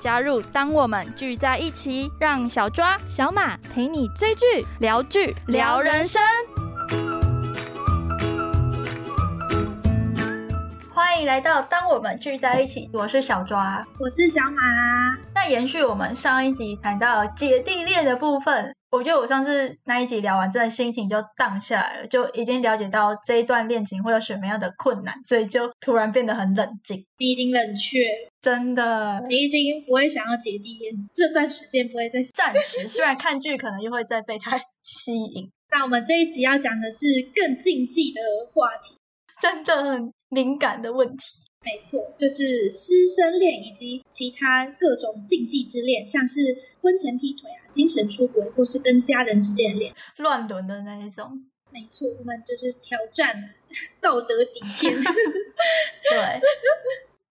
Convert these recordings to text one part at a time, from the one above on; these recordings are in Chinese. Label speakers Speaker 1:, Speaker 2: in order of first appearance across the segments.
Speaker 1: 加入，当我们聚在一起，让小抓、小马陪你追剧、聊剧、聊人生。
Speaker 2: 欢迎来到当我们聚在一起，我是小抓。
Speaker 3: 我是小马，
Speaker 2: 那延续我们上一集谈到姐弟恋的部分，我觉得我上次那一集聊完，真的心情就荡下来了，就已经了解到这一段恋情会有什么样的困难，所以就突然变得很冷静。
Speaker 3: 你已经冷却，
Speaker 2: 真的，
Speaker 3: 你已经不会想要姐弟恋，这段时间不会再想。
Speaker 2: 暂时虽然看剧可能又会再被它 吸引，
Speaker 3: 那我们这一集要讲的是更禁忌的话题，
Speaker 2: 真的很敏感的问题。
Speaker 3: 没错，就是师生恋以及其他各种禁忌之恋，像是婚前劈腿啊、精神出轨，或是跟家人之间的恋。
Speaker 2: 乱伦的那一种。
Speaker 3: 没错，我们就是挑 战道德底线。
Speaker 2: 对，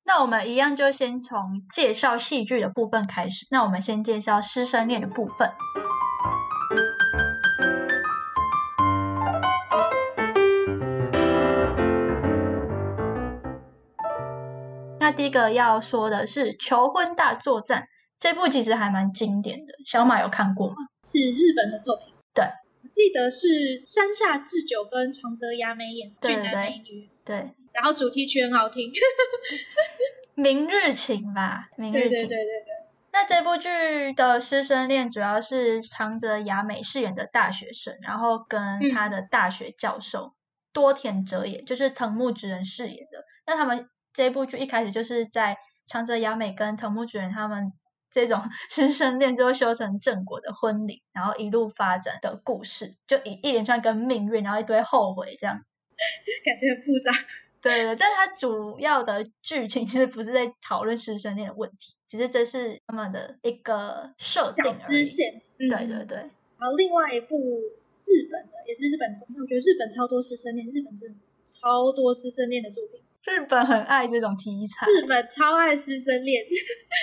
Speaker 2: 那我们一样就先从介绍戏剧的部分开始。那我们先介绍师生恋的部分。那第一个要说的是《求婚大作战》这部，其实还蛮经典的。小马有看过吗？
Speaker 3: 是日本的作品。
Speaker 2: 对，
Speaker 3: 我记得是山下智久跟长泽雅美演
Speaker 2: 对
Speaker 3: 俊男
Speaker 2: 对
Speaker 3: 美女，
Speaker 2: 对，
Speaker 3: 然后主题曲很好听。
Speaker 2: 《明日情》吧，《明
Speaker 3: 对
Speaker 2: 日情》
Speaker 3: 对对对对，
Speaker 2: 那这部剧的师生恋主要是长泽雅美饰演的大学生，然后跟
Speaker 3: 嗯
Speaker 2: 她的大学教授、多田哲也，就是藤木直人饰演的。那他们这部剧一开始就是在长泽雅美跟藤木直人他们这种 师生恋之后修成正果的婚礼，然后一路发展的故事，就一一连串跟命运，然后一堆后悔这样
Speaker 3: 感觉很复杂。
Speaker 2: 对对，但它主要的剧情 其实不是在讨论师生恋的问题，只是这是他们的一个设定
Speaker 3: 小
Speaker 2: 而
Speaker 3: 支
Speaker 2: 已。
Speaker 3: 线。嗯
Speaker 2: 对对对，
Speaker 3: 然后另外一部日本的，也是日本作品，我觉得日本超多师生恋，日本真的超多师生恋的作品，
Speaker 2: 日本很爱这种题材，
Speaker 3: 日本超爱师生恋，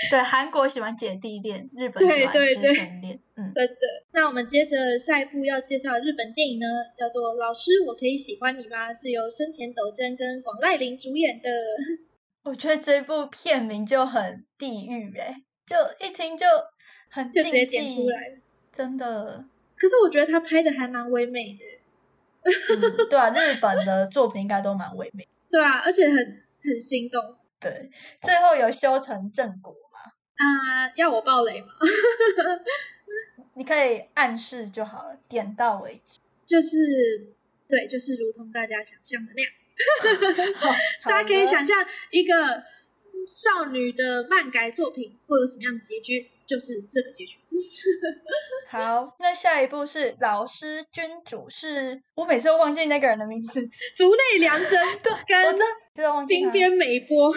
Speaker 2: 对韩国喜欢姐弟恋，日本喜
Speaker 3: 对
Speaker 2: 欢
Speaker 3: 对
Speaker 2: 师
Speaker 3: 对
Speaker 2: 生恋。嗯，
Speaker 3: 真的。那我们接着下一部要介绍的日本电影呢，叫做《老师，我可以喜欢你吗》，是由生田斗真跟广濑铃主演的。
Speaker 2: 我觉得这部片名就很地狱哎、就一听就很
Speaker 3: 就直接
Speaker 2: 禁
Speaker 3: 点出
Speaker 2: 忌
Speaker 3: 来，
Speaker 2: 真的。
Speaker 3: 可是我觉得他拍的还蛮唯美的，
Speaker 2: 嗯，对啊，日本的作品应该都蛮唯美。
Speaker 3: 对啊，而且很很心动。
Speaker 2: 对，最后有修成正果嘛？
Speaker 3: 啊、要我爆雷吗？
Speaker 2: 你可以暗示就好了，点到为止。
Speaker 3: 就是对，就是如同大家想象的那样。
Speaker 2: 好
Speaker 3: 大家可以，
Speaker 2: 好
Speaker 3: 想
Speaker 2: 的
Speaker 3: 象一个少女的漫改作品会有什么样的结局，就是这个结局。
Speaker 2: 好，那下一步是老师君主是，我每次都忘记那个人的名字，
Speaker 3: 竹内良真
Speaker 2: 我
Speaker 3: 跟
Speaker 2: 真的真的忘记
Speaker 3: 冰
Speaker 2: 他。
Speaker 3: 边美波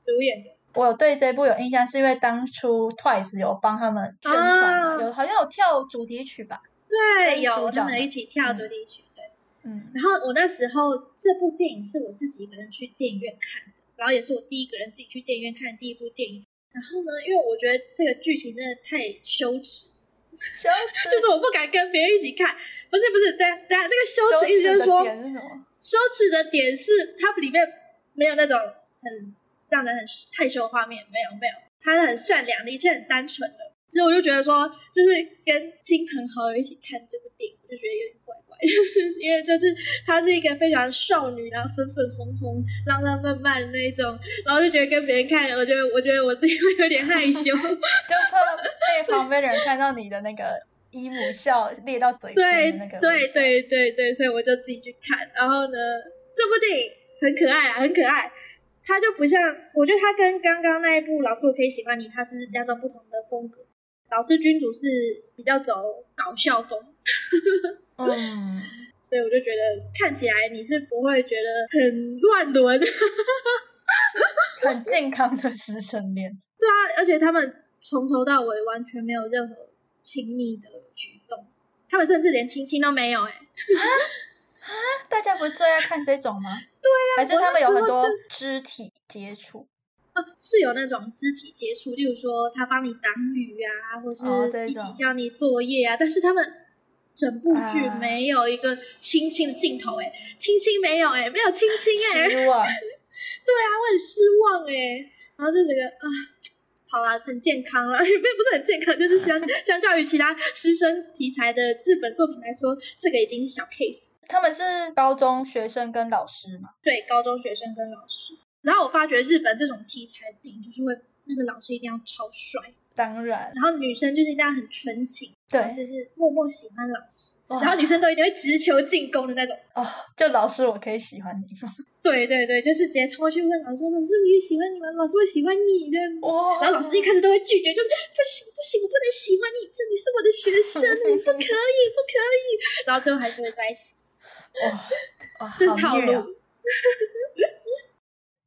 Speaker 3: 主演的，
Speaker 2: 我对这部有印象，是因为当初 Twice 有帮他们宣传嘛、
Speaker 3: 啊
Speaker 2: 有好像有跳主题曲吧，
Speaker 3: 对，
Speaker 2: 跟
Speaker 3: 有
Speaker 2: 主角
Speaker 3: 他们
Speaker 2: 们
Speaker 3: 一起跳
Speaker 2: 嗯
Speaker 3: 主题曲。对，
Speaker 2: 嗯，
Speaker 3: 然后我那时候这部电影是我自己一个人去电影院看的，然后也是我第一个人自己去电影院看的第一部电影。然后呢，因为我觉得这个剧情真的太羞耻，
Speaker 2: 就
Speaker 3: 就是我不敢跟别人一起看。不是不是，等下等下，这个羞
Speaker 2: 羞
Speaker 3: 耻意思就是说，
Speaker 2: 点是什么？
Speaker 3: 羞耻的点是它里面没有那种很让人很害羞的画面，没有没有，它是很善良的，一切很单纯的。所以我就觉得说，就是跟亲朋好友一起看这部电影，我就觉得有点怪怪，就是因为就是她是一个非常少女，然后粉粉红红、浪浪漫漫的那一种，然后就觉得跟别人看，我觉得我觉得我自己会有点害羞。
Speaker 2: 就怕被旁边的人看到你的那个姨母笑裂到嘴
Speaker 3: 对
Speaker 2: 边的那个
Speaker 3: 对
Speaker 2: 微笑，
Speaker 3: 对对对，所以我就自己去看。然后呢，这部电影很可爱啊，很可爱。它就不像，我觉得它跟刚刚那一部《老师我可以喜欢你》，它是两种不同的风格。老师君主是比较走搞笑风，
Speaker 2: 嗯，
Speaker 3: 所以我就觉得看起来你是不会觉得很乱 伦。对
Speaker 2: 很健康的师生恋，
Speaker 3: 啊，而且他们从头到尾完全没有任何亲密的举动，他们甚至连亲亲都没有、欸。哎，
Speaker 2: 大家不是最爱看这种 吗？对呀、还是
Speaker 3: 我
Speaker 2: 他
Speaker 3: 那
Speaker 2: 们有
Speaker 3: 时
Speaker 2: 很
Speaker 3: 候
Speaker 2: 多
Speaker 3: 就
Speaker 2: 肢体接触？
Speaker 3: 哦，是有那种肢体接触，例如说他帮你挡雨啊，或
Speaker 2: 哦这
Speaker 3: 是一起
Speaker 2: 种
Speaker 3: 教你作业啊，但是他们整部剧
Speaker 2: 啊
Speaker 3: 没有一个亲亲的镜头、欸，哎，亲亲没有、欸，哎，没有亲亲、欸，哎，
Speaker 2: 失望。
Speaker 3: 对啊，我很失望哎、然后就觉得啊，好啦，很健康啦， 也不不是很健康，就是 相相较于其他师生题材的日本作品来说，这个已经是小 case。
Speaker 2: 他们是高中学生跟老师嘛？
Speaker 3: 对，高中学生跟老师。然后我发觉日本这种题材的电影就是会那个老师一定要超帅，
Speaker 2: 当然，
Speaker 3: 然后女生就是一定要很纯情，
Speaker 2: 对
Speaker 3: 就是默默喜欢老师，
Speaker 2: 哇
Speaker 3: 然后女生都一定会直球进攻的那种。
Speaker 2: 哦，就老师我可以喜欢你吗？
Speaker 3: 对对对，就是直接冲过去问老师，老师我也喜欢你吗？老师我喜欢你的。
Speaker 2: 哇
Speaker 3: 然后老师一开始都会拒绝，就是不行不行，我不能喜欢你，这你是我的学生， 你不可以不可以。然后最后还是会在一起，
Speaker 2: 哇，哇
Speaker 3: 这是套
Speaker 2: 好虐哦
Speaker 3: 路。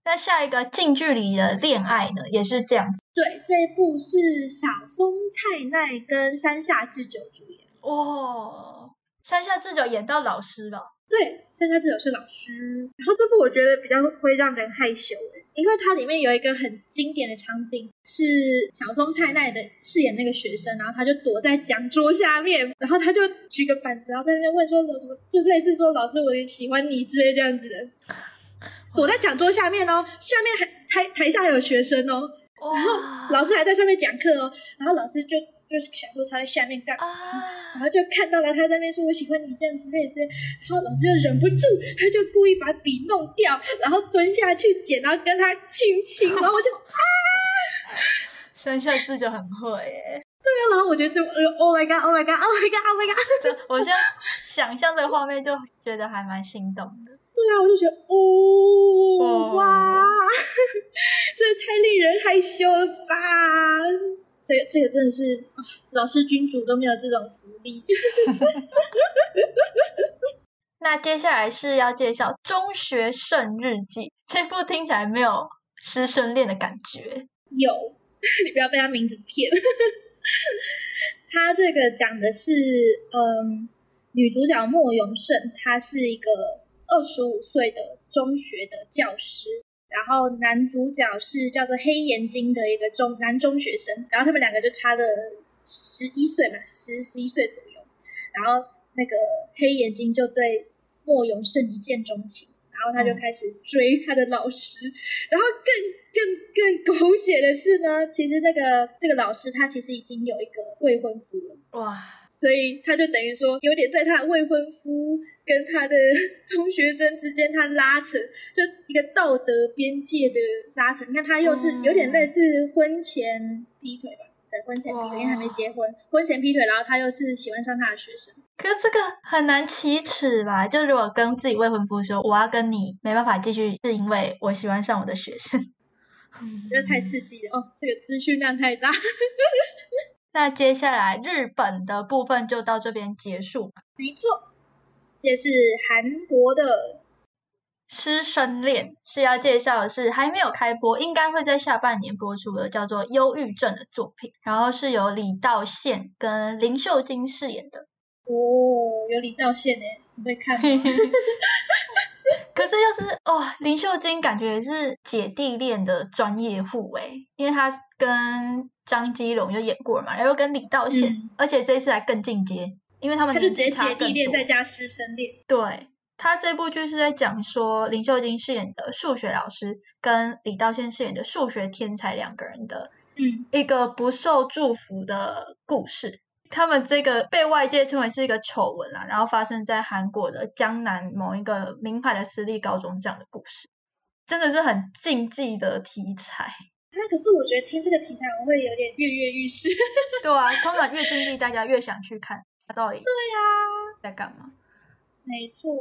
Speaker 2: 那下一个近距离的恋爱呢，也是这样子。
Speaker 3: 对，这一部是小松菜奈跟山下智久主演。
Speaker 2: 哇、山下智久演到老师了，
Speaker 3: 对，山下智久是老师。然后这部我觉得比较会让人害羞欸，因为它里面有一个很经典的场景，是小松菜奈的饰演那个学生，然后他就躲在讲桌下面，然后他就举个板子，然后在那边问说什么，就类似说老师我也喜欢你之类这样子的，躲在讲桌下面哦，下面还台台下还有学生哦，
Speaker 2: 哇
Speaker 3: 老师还在上面讲课哦，然后老师就就是想说他在下面干嘛
Speaker 2: 啊
Speaker 3: 然，后就看到了他在那边说“我喜欢你”这样之类之类，然后老师就忍不住，他就故意把笔弄掉，然后蹲下去捡，然后跟他亲亲，然后我就，
Speaker 2: 山下智久很会耶，
Speaker 3: 对啊然后我觉得这呃，Oh my god，Oh my god，Oh my god，Oh my god，
Speaker 2: 这我现在想象这个画面就觉得还蛮心动的。
Speaker 3: 对啊，我就觉得，哦，哇， 这太令人害羞了吧？这个这个真的是，啊老师君主都没有这种福利。
Speaker 2: 那接下来是要介绍《中学生日记》，这部听起来没有师生恋的感觉。
Speaker 3: 有，你不要被他名字骗。 他这个讲的是，嗯，女主角莫永胜，她是一个二十五岁的中学的教师，然后男主角是叫做黑岩金的一个中男中学生，然后他们两个就差了十一岁嘛，十十一岁左右。然后那个黑眼睛就对莫永胜一见钟情，然后他就开始追他的老师，然后更更更狗血的是呢，其实那个这个老师他其实已经有一个未婚夫了。
Speaker 2: 哇，
Speaker 3: 所以他就等于说，有点在他的未婚夫跟他的 中学生之间，他拉扯，就一个道德边界的拉扯。你看，他又是
Speaker 2: 嗯
Speaker 3: 有点类似婚前劈腿吧？对，婚前劈腿，因为还没结婚，婚前劈腿，然后他又是喜欢上他的学生。
Speaker 2: 可是这个很难启齿吧？就如果跟自己未婚夫说我要跟你没办法继续，是因为我喜欢上我的学生，
Speaker 3: 这太刺激了哦！这个资讯量太大。
Speaker 2: 那接下来日本的部分就到这边结束。
Speaker 3: 没错，这是韩国的，
Speaker 2: 师生恋是要介绍的是还没有开播，应该会在下半年播出的，叫做《忧郁症》的作品，然后是由李道宪跟林秀晶饰演的。
Speaker 3: 哦，有礼道歉呢，你会看吗？
Speaker 2: 可是又是哦，林秀晶感觉也是姐弟恋的专业户诶，因为她跟张基龙就演过了嘛，然后跟李道宪，
Speaker 3: 嗯
Speaker 2: 而且这一次还更进阶，因为他们
Speaker 3: 他就直
Speaker 2: 年纪
Speaker 3: 接
Speaker 2: 差
Speaker 3: 姐弟
Speaker 2: 更
Speaker 3: 恋
Speaker 2: 多
Speaker 3: 再加师生恋。
Speaker 2: 对他这部剧是在讲说林秀晶饰演的数学老师跟李道宪饰演的数学天才两个人的
Speaker 3: 嗯，
Speaker 2: 一个不受祝福的故事。他们这个被外界称为是一个丑闻啦，然后发生在韩国的江南某一个名牌的私立高中这样的故事，真的是很禁忌的题材。
Speaker 3: 那可是我觉得听这个题材，我会有点跃跃欲试。
Speaker 2: 对啊，通常越禁忌，大家越想去看他到底
Speaker 3: 对啊，
Speaker 2: 在干嘛。
Speaker 3: 没错。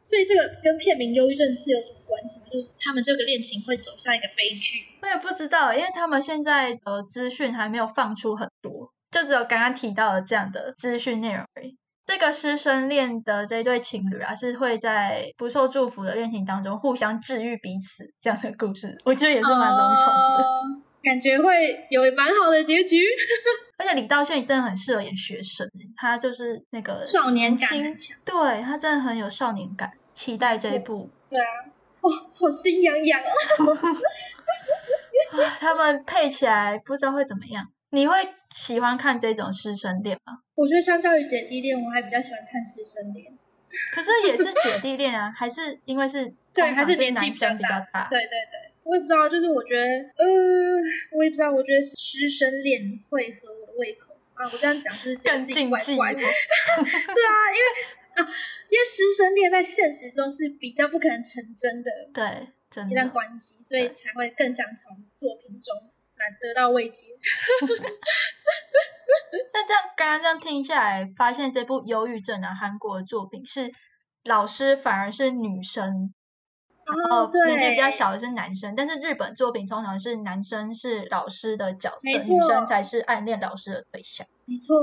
Speaker 3: 所以这个跟片名《忧郁症》是有什么关系吗？就是他们这个恋情会走向一个悲剧。
Speaker 2: 我也不知道，因为他们现在的资讯还没有放出很多，就只有刚刚提到的这样的资讯内容而已。这个师生恋的这对情侣啊，是会在不受祝福的恋情当中互相治愈彼此这样的故事，我觉得也是蛮笼统的。
Speaker 3: 哦感觉会有蛮好的结局。
Speaker 2: 而且李道宪真的很适合演学生，欸他就是那个
Speaker 3: 少年感
Speaker 2: 年
Speaker 3: 很
Speaker 2: 轻
Speaker 3: 强，
Speaker 2: 对他真的很有少年感。期待这一部，
Speaker 3: 哦，好心痒痒哦！
Speaker 2: 啊他们配起来不知道会怎么样。你会喜欢看这种师生恋吗？
Speaker 3: 我觉得相较于姐弟恋，我还比较喜欢看师生恋。
Speaker 2: 可是也是姐弟恋啊，还是因为是
Speaker 3: 对，
Speaker 2: 通
Speaker 3: 还
Speaker 2: 常
Speaker 3: 是
Speaker 2: 是
Speaker 3: 年纪
Speaker 2: 男
Speaker 3: 比较
Speaker 2: 生比较
Speaker 3: 大。对对对，我也不知道，就是我觉得，呃，我也不知道，我觉得师生恋会合我的胃口啊。我这样讲是不是觉得
Speaker 2: 更
Speaker 3: 自己
Speaker 2: 竞
Speaker 3: 怪
Speaker 2: 技
Speaker 3: 怪的？ 对啊，因为啊，因为师生恋在现实中是比较不可能成真的
Speaker 2: 对，真
Speaker 3: 一段
Speaker 2: 的。
Speaker 3: 关系，所以才会更想从作品中来得到慰藉。
Speaker 2: 那这样刚刚这样听下来，发现这部《忧郁症》啊，韩国的作品是老师反而是女生，
Speaker 3: 哦，对，
Speaker 2: 年纪比较小的是男生，但是日本作品通常是男生是老师的角色，
Speaker 3: 没
Speaker 2: 女
Speaker 3: 错
Speaker 2: 生才是暗恋老师的对象。
Speaker 3: 没错，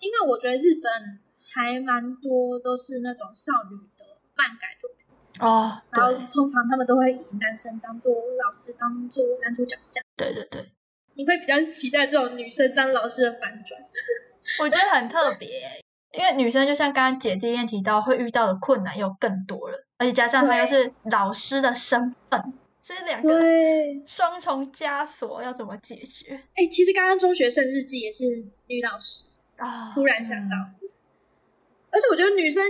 Speaker 3: 因为我觉得日本还蛮多都是那种少女的漫改作品，
Speaker 2: 哦，
Speaker 3: 然后
Speaker 2: 对
Speaker 3: 通常他们都会以男生当做老师当做男主角这样。
Speaker 2: 对对对，
Speaker 3: 你会比较期待这种女生当老师的反转？
Speaker 2: 我觉得很特别，欸因为女生就像刚刚姐弟恋提到会遇到的困难又更多了，而且加上她又是老师的身份，这两个
Speaker 3: 对，
Speaker 2: 双重枷锁要怎么解决
Speaker 3: 哎、其实刚刚《中学生日记》也是女老师，
Speaker 2: 啊？
Speaker 3: 突然想到
Speaker 2: 嗯，
Speaker 3: 而且我觉得女生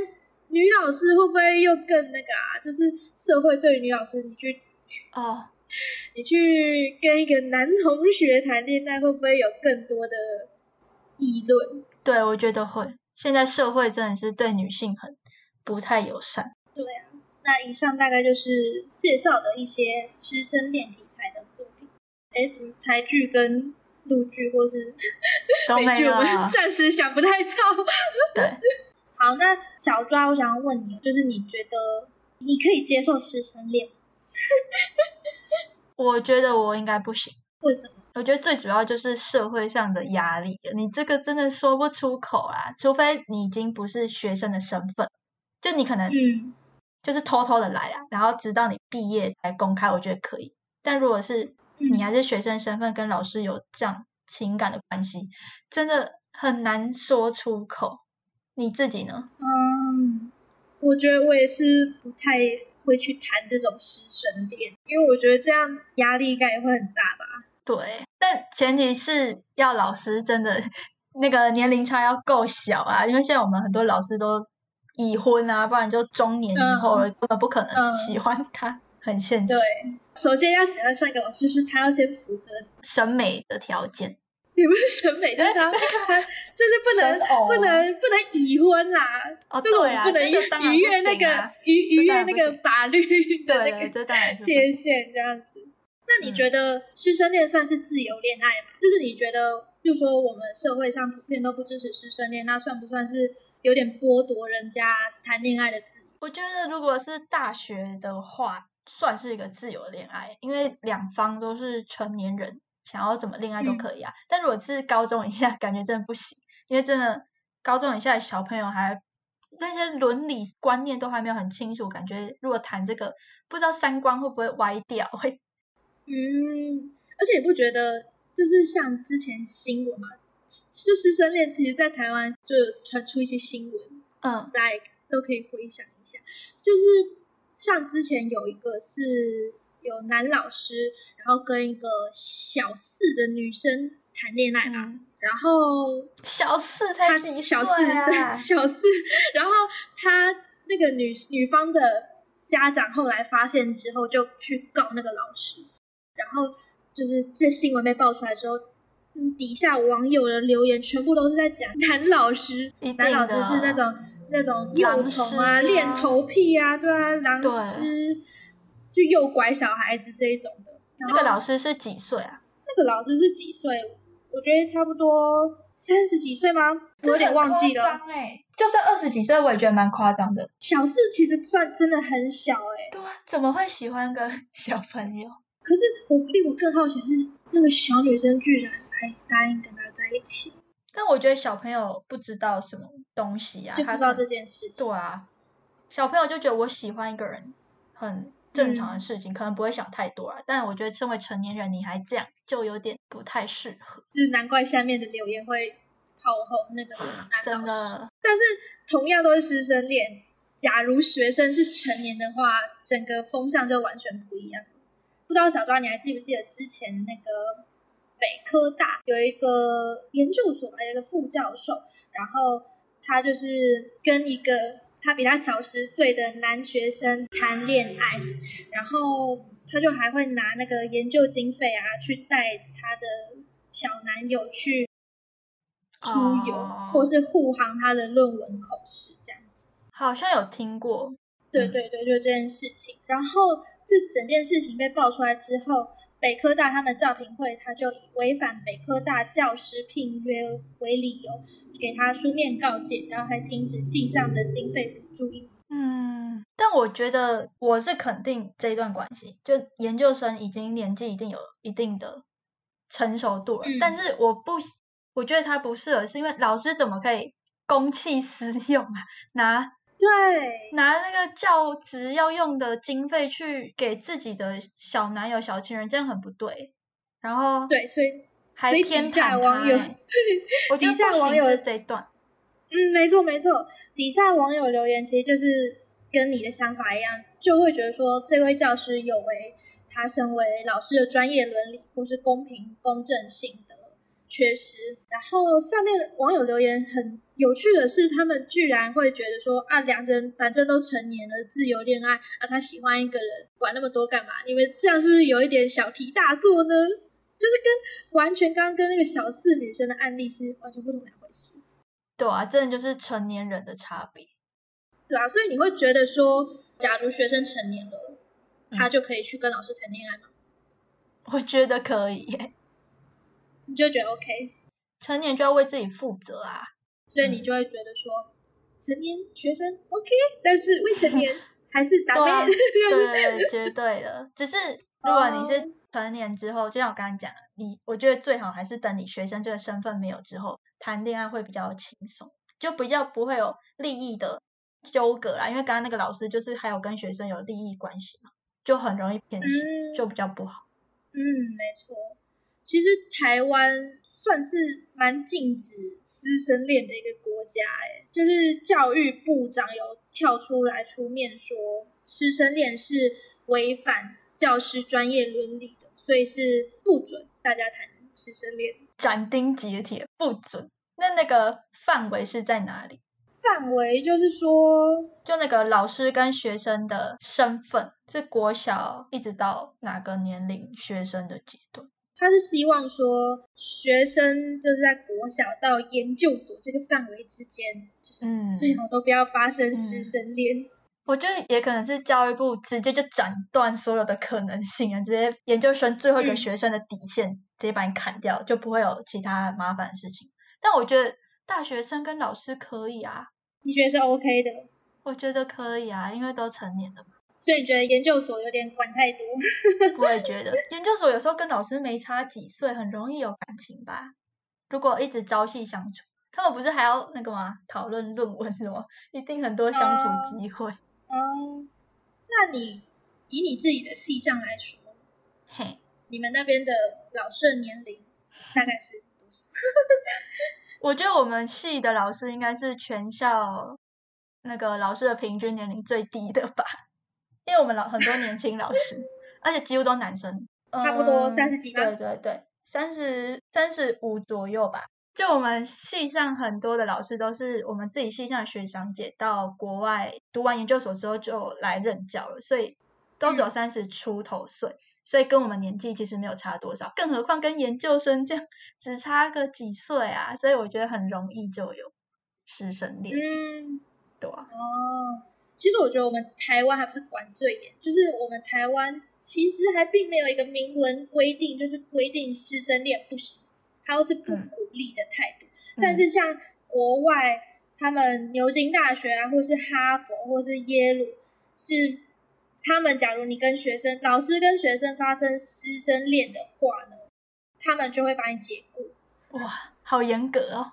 Speaker 3: 女老师会不会又更那个啊？就是社会对于女老师，你去
Speaker 2: 哦，
Speaker 3: 你去跟一个男同学谈恋爱，会不会有更多的议论？
Speaker 2: 对，我觉得会。现在社会真的是对女性很不太友善。
Speaker 3: 那以上大概就是介绍的一些师生恋题材的作品。哎，怎么台剧跟陆剧或是
Speaker 2: 都
Speaker 3: 美
Speaker 2: 没
Speaker 3: 剧，我
Speaker 2: 了
Speaker 3: 们暂时想不太到。
Speaker 2: 对，
Speaker 3: 好，那小抓，我想要问你，就是你觉得你可以接受师生恋吗？
Speaker 2: 我觉得我应该不行。
Speaker 3: 为什么？
Speaker 2: 我觉得最主要就是社会上的压力了，你这个真的说不出口啦，除非你已经不是学生的身份，就你可能
Speaker 3: 嗯，
Speaker 2: 就是偷偷的来啊，然后直到你毕业才公开，我觉得可以。但如果是
Speaker 3: 嗯
Speaker 2: 你还是学生身份，跟老师有这样情感的关系，真的很难说出口。你自己呢？
Speaker 3: 嗯，我觉得我也是不太会去谈这种师生恋，因为我觉得这样压力应该也会很大吧。
Speaker 2: 对，但前提是要老师真的那个年龄差要够小啊，因为现在我们很多老师都已婚啊，不然就中年以后了，根本不可
Speaker 3: 嗯
Speaker 2: 能喜欢他，很现实
Speaker 3: 对，首先要喜欢上一个老师，就是他要先符合
Speaker 2: 审美的条件。
Speaker 3: 也不是审美，就是 他他就是不能
Speaker 2: 神偶啊
Speaker 3: 不能不能已婚啦，
Speaker 2: 哦
Speaker 3: 就是我
Speaker 2: 对
Speaker 3: 们
Speaker 2: 啊
Speaker 3: 不能
Speaker 2: 这个当然
Speaker 3: 逾逾越那
Speaker 2: 不行
Speaker 3: 个
Speaker 2: 啊
Speaker 3: 逾
Speaker 2: 这
Speaker 3: 逾
Speaker 2: 当
Speaker 3: 越
Speaker 2: 然
Speaker 3: 那
Speaker 2: 不
Speaker 3: 个
Speaker 2: 行
Speaker 3: 法律的
Speaker 2: 对
Speaker 3: 那
Speaker 2: 对，
Speaker 3: 个
Speaker 2: 这当然是不
Speaker 3: 界
Speaker 2: 行
Speaker 3: 限这样子。那你觉得师生恋算是自由恋爱吗？就是你觉得，就说我们社会上普遍都不支持师生恋，那算不算是有点剥夺人家谈恋爱的自由？
Speaker 2: 我觉得如果是大学的话，算是一个自由恋爱，因为两方都是成年人，想要怎么恋爱都
Speaker 3: 嗯
Speaker 2: 可以啊。但如果是高中以下， 感觉真的不行，因为真的高中以下的小朋友还那些伦理观念都还没有很清楚，感觉如果谈这个，不知道三观会不会歪掉，会
Speaker 3: 嗯，而且你不觉得就是像之前新闻嘛，就师生恋，其实在台湾就有传出一些新闻，
Speaker 2: 嗯
Speaker 3: 大家都可以回想一下，就是像之前有一个是有男老师，然后跟一个小四的女生谈恋爱嘛，
Speaker 2: 嗯，
Speaker 3: 然后
Speaker 2: 小四才
Speaker 3: 他
Speaker 2: 几岁
Speaker 3: 小四对
Speaker 2: 啊？
Speaker 3: 小四，然后他那个女女方的家长后来发现之后，就去告那个老师，然后就是这新闻被爆出来之后。嗯底下网友的留言全部都是在讲男老师
Speaker 2: 一定，
Speaker 3: 男老师
Speaker 2: 的
Speaker 3: 是那种那种幼
Speaker 2: 狼师
Speaker 3: 童啊、
Speaker 2: 啊
Speaker 3: 恋头癖啊，对啊，狼
Speaker 2: 对
Speaker 3: 师就诱拐小孩子这一种的。然
Speaker 2: 那
Speaker 3: 后
Speaker 2: 个老师是几岁啊？
Speaker 3: 那个老师是几岁？我觉得差不多三十几岁吗？我
Speaker 2: 这
Speaker 3: 有点
Speaker 2: 很
Speaker 3: 忘
Speaker 2: 夸
Speaker 3: 记了。
Speaker 2: 张欸就算二十几岁，我也觉得蛮夸张的。
Speaker 3: 小四其实算真的很小哎、
Speaker 2: 对啊，怎么会喜欢个 小朋友？
Speaker 3: 可是我令我更好奇的是，那个小女生居然还答应跟他在一起，
Speaker 2: 但我觉得小朋友不知道什么东西啊，
Speaker 3: 就不
Speaker 2: 他
Speaker 3: 知道
Speaker 2: 可
Speaker 3: 这
Speaker 2: 能
Speaker 3: 件事情。
Speaker 2: 对啊，小朋友就觉得我喜欢一个人很正常
Speaker 3: 嗯
Speaker 2: 的事情，可能不会想太多啊。但我觉得身为成年人，你还这样，就有点不太适合，
Speaker 3: 就是难怪下面的留言会炮轰那个男
Speaker 2: 真
Speaker 3: 老师。
Speaker 2: 的。
Speaker 3: 但是同样都是师生恋，假如学生是成年的话，整个风向就完全不一样。不知道小抓你还记不记得之前那个北科大有一个研究所嘛，有一个副教授，然后他就是跟一个他比他小十岁的男学生谈恋爱，然后他就还会拿那个研究经费啊，去带他的小男友去出游，
Speaker 2: 哦
Speaker 3: 或是护航他的论文口试这样子。
Speaker 2: 好像有听过，
Speaker 3: 对
Speaker 2: 嗯
Speaker 3: 对对，就这件事情。然后这整件事情被爆出来之后，北科大他们教评会他就以违反北科大教师聘约为理由，给他书面告诫，然后还停止系上的经费补助一年。
Speaker 2: 嗯，但我觉得我是肯定这一段关系，就研究生已经年纪一定有一定的成熟度了，但
Speaker 3: 嗯
Speaker 2: 是我不喜，我觉得他不适合，是因为老师怎么可以公器私用啊，拿
Speaker 3: 对，
Speaker 2: 拿那个教职要用的经费去给自己的小男友、小情人，这样很不对。然后
Speaker 3: 对，所以
Speaker 2: 还
Speaker 3: 所以
Speaker 2: 偏
Speaker 3: 底
Speaker 2: 袒
Speaker 3: 下
Speaker 2: 他
Speaker 3: 网友
Speaker 2: 欸，
Speaker 3: 对，
Speaker 2: 我
Speaker 3: 底
Speaker 2: 觉得
Speaker 3: 下
Speaker 2: 不
Speaker 3: 网
Speaker 2: 行
Speaker 3: 友
Speaker 2: 是这一段，
Speaker 3: 嗯，没错没错，底下网友留言其实就是跟你的想法一样，就会觉得说这位教师有违他身为老师的专业伦理或是公平公正性的缺失。然后下面网友留言很有趣的是，他们居然会觉得说啊，两人反正都成年了，自由恋爱啊，他喜欢一个人，管那么多干嘛？你们这样是不是有一点小题大做呢？就是跟完全刚刚跟那个小四女生的案例是完全不同两回事。
Speaker 2: 对啊，真的就是成年人的差别。
Speaker 3: 对啊，所以你会觉得说，假如学生成年了，
Speaker 2: 嗯
Speaker 3: 他就可以去跟老师谈恋爱吗？
Speaker 2: 我觉得可以耶，
Speaker 3: 你就觉得 OK，
Speaker 2: 成年就要为自己负责啊。
Speaker 3: 所以你就会觉得说，成年学生 OK，但是未成 年还是打
Speaker 2: 对啊，
Speaker 3: 妹。
Speaker 2: 对对，绝对的。只是如果你
Speaker 3: 哦
Speaker 2: 是成年之后，就像我刚刚讲的，你我觉得最好还是等你学生这个身份没有之后，谈恋爱会比较轻松，就比较不会有利益的纠葛啦。因为刚刚那个老师就是还有跟学生有利益关系嘛，就很容易偏心，
Speaker 3: 嗯
Speaker 2: 就比较不好。
Speaker 3: 嗯，没错。其实台湾算是蛮禁止师生恋的一个国家，哎，就是教育部长有跳出来出面说，师生恋是违反教师专业伦理的，所以是不准大家谈师生恋。
Speaker 2: 斩钉截铁，不准。那那个范围是在哪里？
Speaker 3: 范围就是说，
Speaker 2: 就那个老师跟学生的身份是国小一直到哪个年龄学生的阶段？
Speaker 3: 他是希望说学生就是在国小到研究所这个范围之间，就是
Speaker 2: 嗯
Speaker 3: 最好都不要发生师生恋。
Speaker 2: 我觉得也可能是教育部直接就斩断所有的可能性啊，直接研究生最后一个
Speaker 3: 嗯
Speaker 2: 学生的底线，直接把你砍掉，就不会有其他麻烦的事情。但我觉得大学生跟老师可以啊，
Speaker 3: 你觉得是 OK 的？
Speaker 2: 我觉得可以啊，因为都成年了嘛。
Speaker 3: 所以你觉得研究所有点管太多？
Speaker 2: 我也觉得研究所有时候跟老师没差几岁，很容易有感情吧。如果一直朝夕相处，他们不是还要那个吗？讨论论文什么，一定很多相
Speaker 3: 哦
Speaker 2: 处机会。
Speaker 3: 哦、那你以你自己的系上来说，
Speaker 2: 嘿，
Speaker 3: 你们那边的老师的年龄大概是多少？
Speaker 2: 我觉得我们系的老师应该是全校那个老师的平均年龄最低的吧，因为我们老很多年轻 老师，而且几乎都男生，
Speaker 3: 差不多
Speaker 2: 嗯
Speaker 3: 30几吗
Speaker 2: 对对对，三十三十五左右吧。就我们系上很多的老师都是我们自己系上的学长姐到国外读完研究所之后就来任教了，所以都只有
Speaker 3: 嗯
Speaker 2: 三十出头岁，所以跟我们年纪其实没有差多少，更何况跟研究生这样只差个几岁啊，所以我觉得很容易就有师生恋，
Speaker 3: 嗯，
Speaker 2: 对啊，
Speaker 3: 哦，其实我觉得我们台湾还不是管最严，就是我们台湾其实还并没有一个明文规定，就是规定师生恋不行，还有是不
Speaker 2: 嗯
Speaker 3: 鼓励的态度。但是像国外，他们牛津大学啊，或是哈佛，或是耶鲁，是他们假如你跟学生、老师跟学生发生师生恋的话呢，他们就会把你解雇。
Speaker 2: 哇，好严格哦。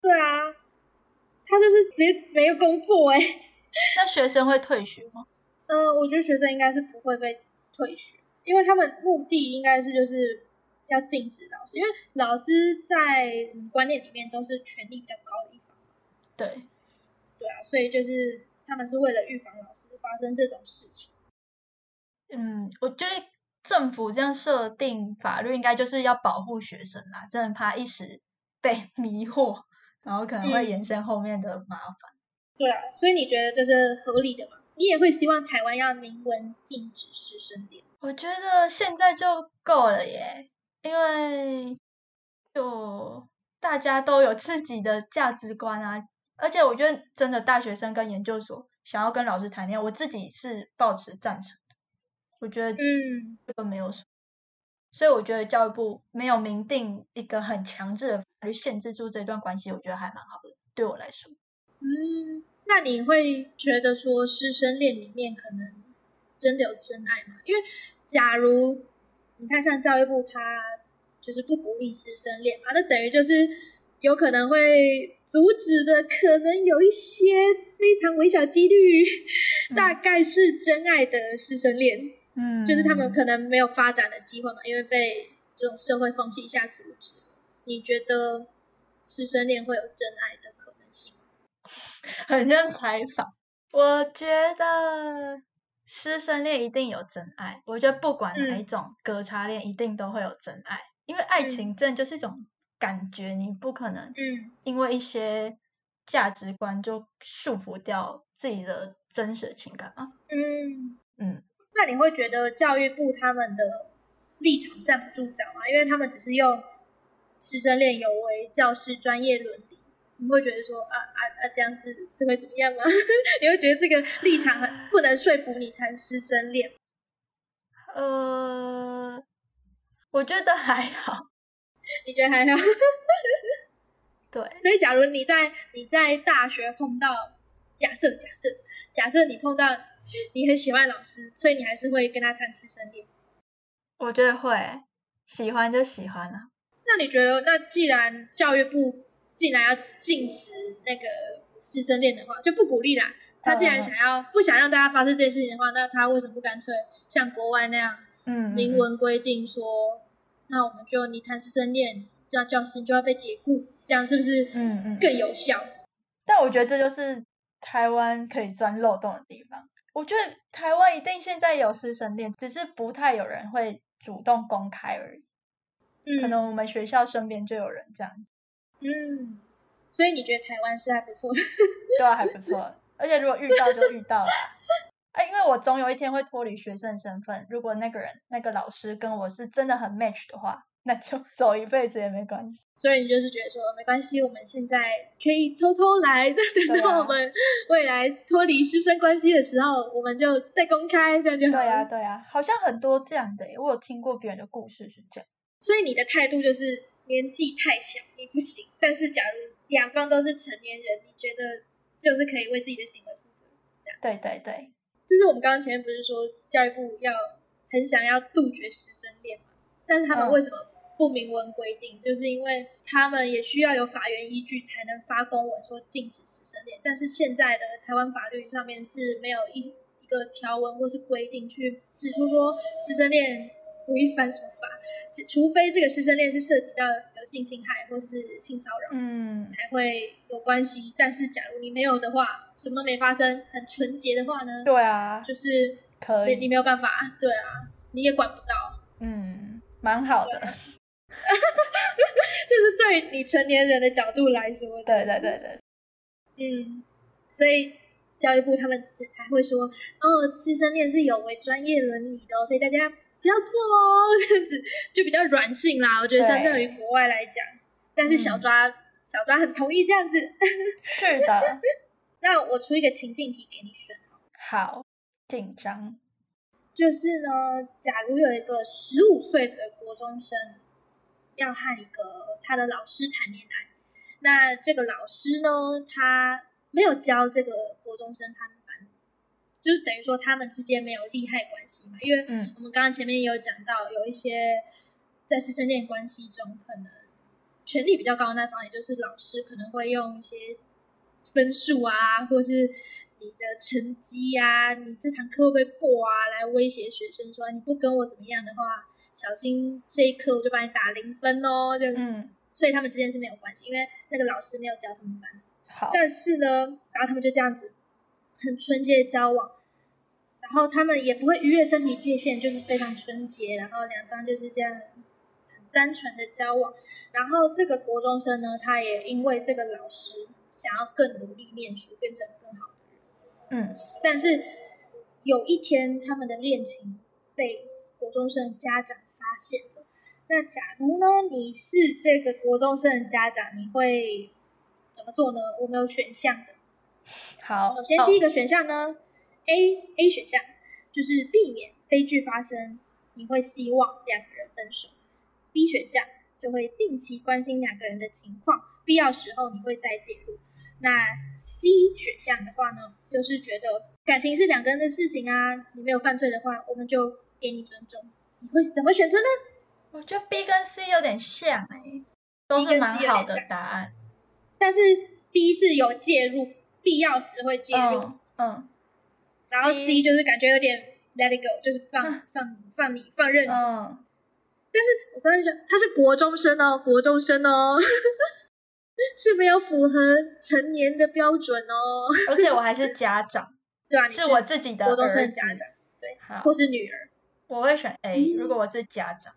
Speaker 3: 对啊，他就是直接没有工作哎、
Speaker 2: 那学生会退学吗？
Speaker 3: 嗯、我觉得学生应该是不会被退学，因为他们目的应该是就是要禁止老师，因为老师在嗯观念里面都是权力比较高的一方，
Speaker 2: 对，
Speaker 3: 对啊，所以就是他们是为了预防老师发生这种事情。
Speaker 2: 嗯，我觉得政府这样设定法律，应该就是要保护学生啦，真的怕一时被 迷惑，然后可能会
Speaker 3: 嗯
Speaker 2: 延伸后面的麻烦。
Speaker 3: 对啊，所以你觉得这是合理的吗？你也会希望台湾要明文禁止师生恋？
Speaker 2: 我觉得现在就够了耶，因为就大家都有自己的价值观啊，而且我觉得真的大学生跟研究所想要跟老师谈恋爱，我自己是抱持赞成的，我觉得
Speaker 3: 嗯，
Speaker 2: 这个没有什么。所以我觉得教育部没有明定一个很强制的法律限制住这段关系，我觉得还蛮好的。对我来说，
Speaker 3: 嗯，那你会觉得说师生恋里面可能真的有真爱吗？因为假如你看像教育部它就是不鼓励师生恋嘛，那等于就是有可能会阻止的，可能有一些非常微小几率，
Speaker 2: 嗯
Speaker 3: 大概是真爱的师生恋。
Speaker 2: 嗯
Speaker 3: 就是他们可能没有发展的机会嘛，因为被这种社会风气一下阻止。你觉得师生恋会有真爱的可能性吗？
Speaker 2: 很像采访。我觉得师生恋一定有真爱，我觉得不管哪一种隔差恋，一定都会有真爱，因为爱
Speaker 3: 嗯
Speaker 2: 情真的就是一种感觉，你不可能
Speaker 3: 嗯
Speaker 2: 因为一些价值观就束缚掉自己的真实情感啊。
Speaker 3: 嗯
Speaker 2: 嗯，
Speaker 3: 那你会觉得教育部他们的立场站不住脚吗？因为他们只是用师生恋有违教师专业伦理，你会觉得说啊啊啊，这样是是会怎么样吗？ 你会觉得这个立场很不能说服你谈师生恋？
Speaker 2: 呃，我觉得还好，
Speaker 3: 你觉得还好？
Speaker 2: 对，
Speaker 3: 所以，假如你在你在大学碰到，假设假设假设你碰到你很喜欢老师，所以你还是会跟他谈师生恋。
Speaker 2: 我觉得会喜欢就喜欢啊了、
Speaker 3: 那你觉得，那既然教育部既然要禁止那个师生恋的话，就不鼓励啦。他
Speaker 2: 嗯
Speaker 3: 既然想要不想让大家发生这件事情的话，那他为什么不干脆像国外那样
Speaker 2: 嗯，嗯
Speaker 3: 明
Speaker 2: 嗯
Speaker 3: 文规定说，那我们就你谈师生恋，让教师就要被解雇，这样是不是
Speaker 2: 嗯嗯
Speaker 3: 更有效？
Speaker 2: 但我觉得这就是台湾可以钻漏洞的地方。我觉得台湾一定现在有师生恋，只是不太有人会主动公开而已。
Speaker 3: 嗯，
Speaker 2: 可能我们学校身边就有人这样子，
Speaker 3: 嗯，所以你觉得台湾是还不错的？
Speaker 2: 对啊，还不错。而且如果遇到就遇到了啊。哎，因为我总有一天会脱离学生身份。如果那个人、那个老师跟我是真的很 match 的话，那就 走一辈子也没关系。
Speaker 3: 所以你就是觉得说没关系，我们现在可以偷偷来， 那等
Speaker 2: 对啊
Speaker 3: 到我们未来脱离师生关系的时候，我们就再公开，这样就好
Speaker 2: 对
Speaker 3: 了。
Speaker 2: 啊呀、对呀、好像很多这样的欸耶，我有听过别人的故事是这样。
Speaker 3: 所以你的态度就是年纪太小你不行，但是假如两方都是成年人，你觉得就是可以为自己的行为负责。
Speaker 2: 对对对，
Speaker 3: 就是我们刚刚前面不是说教育部要很想要杜绝师生恋嘛？但是他们
Speaker 2: 嗯
Speaker 3: 为什么不明文规定？就是因为他们也需要有法源依据才能发公文说禁止师生恋。但是现在的台湾法律上面是没有一一个条文或是规定去指出说师生恋不违反什么法，只除非这个师生恋是涉及到有性侵害或者是性骚扰。
Speaker 2: 嗯，
Speaker 3: 才会有关系，但是假如你没有的话，什么都没发生，很纯洁的话呢？
Speaker 2: 对啊，
Speaker 3: 就是
Speaker 2: 可
Speaker 3: 你
Speaker 2: 以
Speaker 3: 你没有办法，对啊，你也管不到。
Speaker 2: 嗯，蛮好的。
Speaker 3: 这是对你成年人的角度来说的，
Speaker 2: 对对对对，
Speaker 3: 嗯，所以教育部他们只才会说，哦，师生恋是有违专业伦理的、哦，所以大家不要做哦，这样子就比较软性啦。我觉得
Speaker 2: 对嗯
Speaker 3: 相较于国外来讲，但是小抓、小抓很同意这样子。
Speaker 2: 是的。
Speaker 3: 那我出一个情境题给你选。
Speaker 2: 好紧张，
Speaker 3: 就是呢，假如有一个十五岁的国中生要和一个他的老师谈恋爱，那这个老师呢，他没有教这个国中生他们班，就是等于说他们之间没有利害关系嘛，因为
Speaker 2: 嗯
Speaker 3: 我们刚刚前面也有讲到，有一些在师生恋关系中，可能权力比较高的那方，也就是老师，可能会用一些分数啊，或是你你的成绩呀、你这堂课会不会过啊，来威胁学生说你不跟我怎么样的话，小心这一课我就把你打零分哦，这样子。
Speaker 4: 嗯，
Speaker 3: 所以他们之间是没有关系，因为那个老师没有教他们班。
Speaker 4: 好，
Speaker 3: 但是呢，然后他们就这样子很纯洁的交往，然后他们也不会逾越身体界限，就是非常纯洁，然后两方就是这样很单纯的交往。然后这个国中生呢，他也因为这个老师想要更努力念书，变成更好的人。
Speaker 4: 嗯，
Speaker 3: 但是有一天，他们的恋情被国中生的家长发现了。那假如呢，你是这个国中生的家长，你会怎么做呢？我们有选项的。
Speaker 4: 好，
Speaker 3: 首先，
Speaker 2: 哦
Speaker 3: 第一
Speaker 4: 个，
Speaker 3: 个选项呢、a A 选项就是避免悲剧发生，你会希望两个人分手；B 选项就会定期关心两个人的情况，必要时候你会再介入。那 C 选项的话呢，就是觉得感情是两个人的事情啊，你没有犯罪的话，我们就给你尊重。你会怎么选择呢？
Speaker 2: 我觉得 B 跟 C 有点像哎、都
Speaker 3: B 跟 C
Speaker 2: 是蛮好
Speaker 3: 有点
Speaker 2: 的
Speaker 3: 像
Speaker 2: 答案。
Speaker 3: 但是 B 是有介入，必要时会介入，
Speaker 2: 嗯嗯
Speaker 3: 然后
Speaker 2: C
Speaker 3: C 就是感觉有点 let it go，就是放、
Speaker 2: 嗯
Speaker 3: 放放你放任你。
Speaker 2: 嗯，
Speaker 3: 我刚才讲他是国中生哦，国中生哦， 是没有符合成年的标准哦，
Speaker 2: 而且我还是家长，
Speaker 3: 对 啊，你
Speaker 2: 是我自己的
Speaker 3: 国中生
Speaker 2: 儿
Speaker 3: 的
Speaker 2: 子
Speaker 3: 家长
Speaker 2: 好，
Speaker 3: 或是女儿，
Speaker 2: 我会选 A，
Speaker 3: 嗯
Speaker 2: 如果我是家长。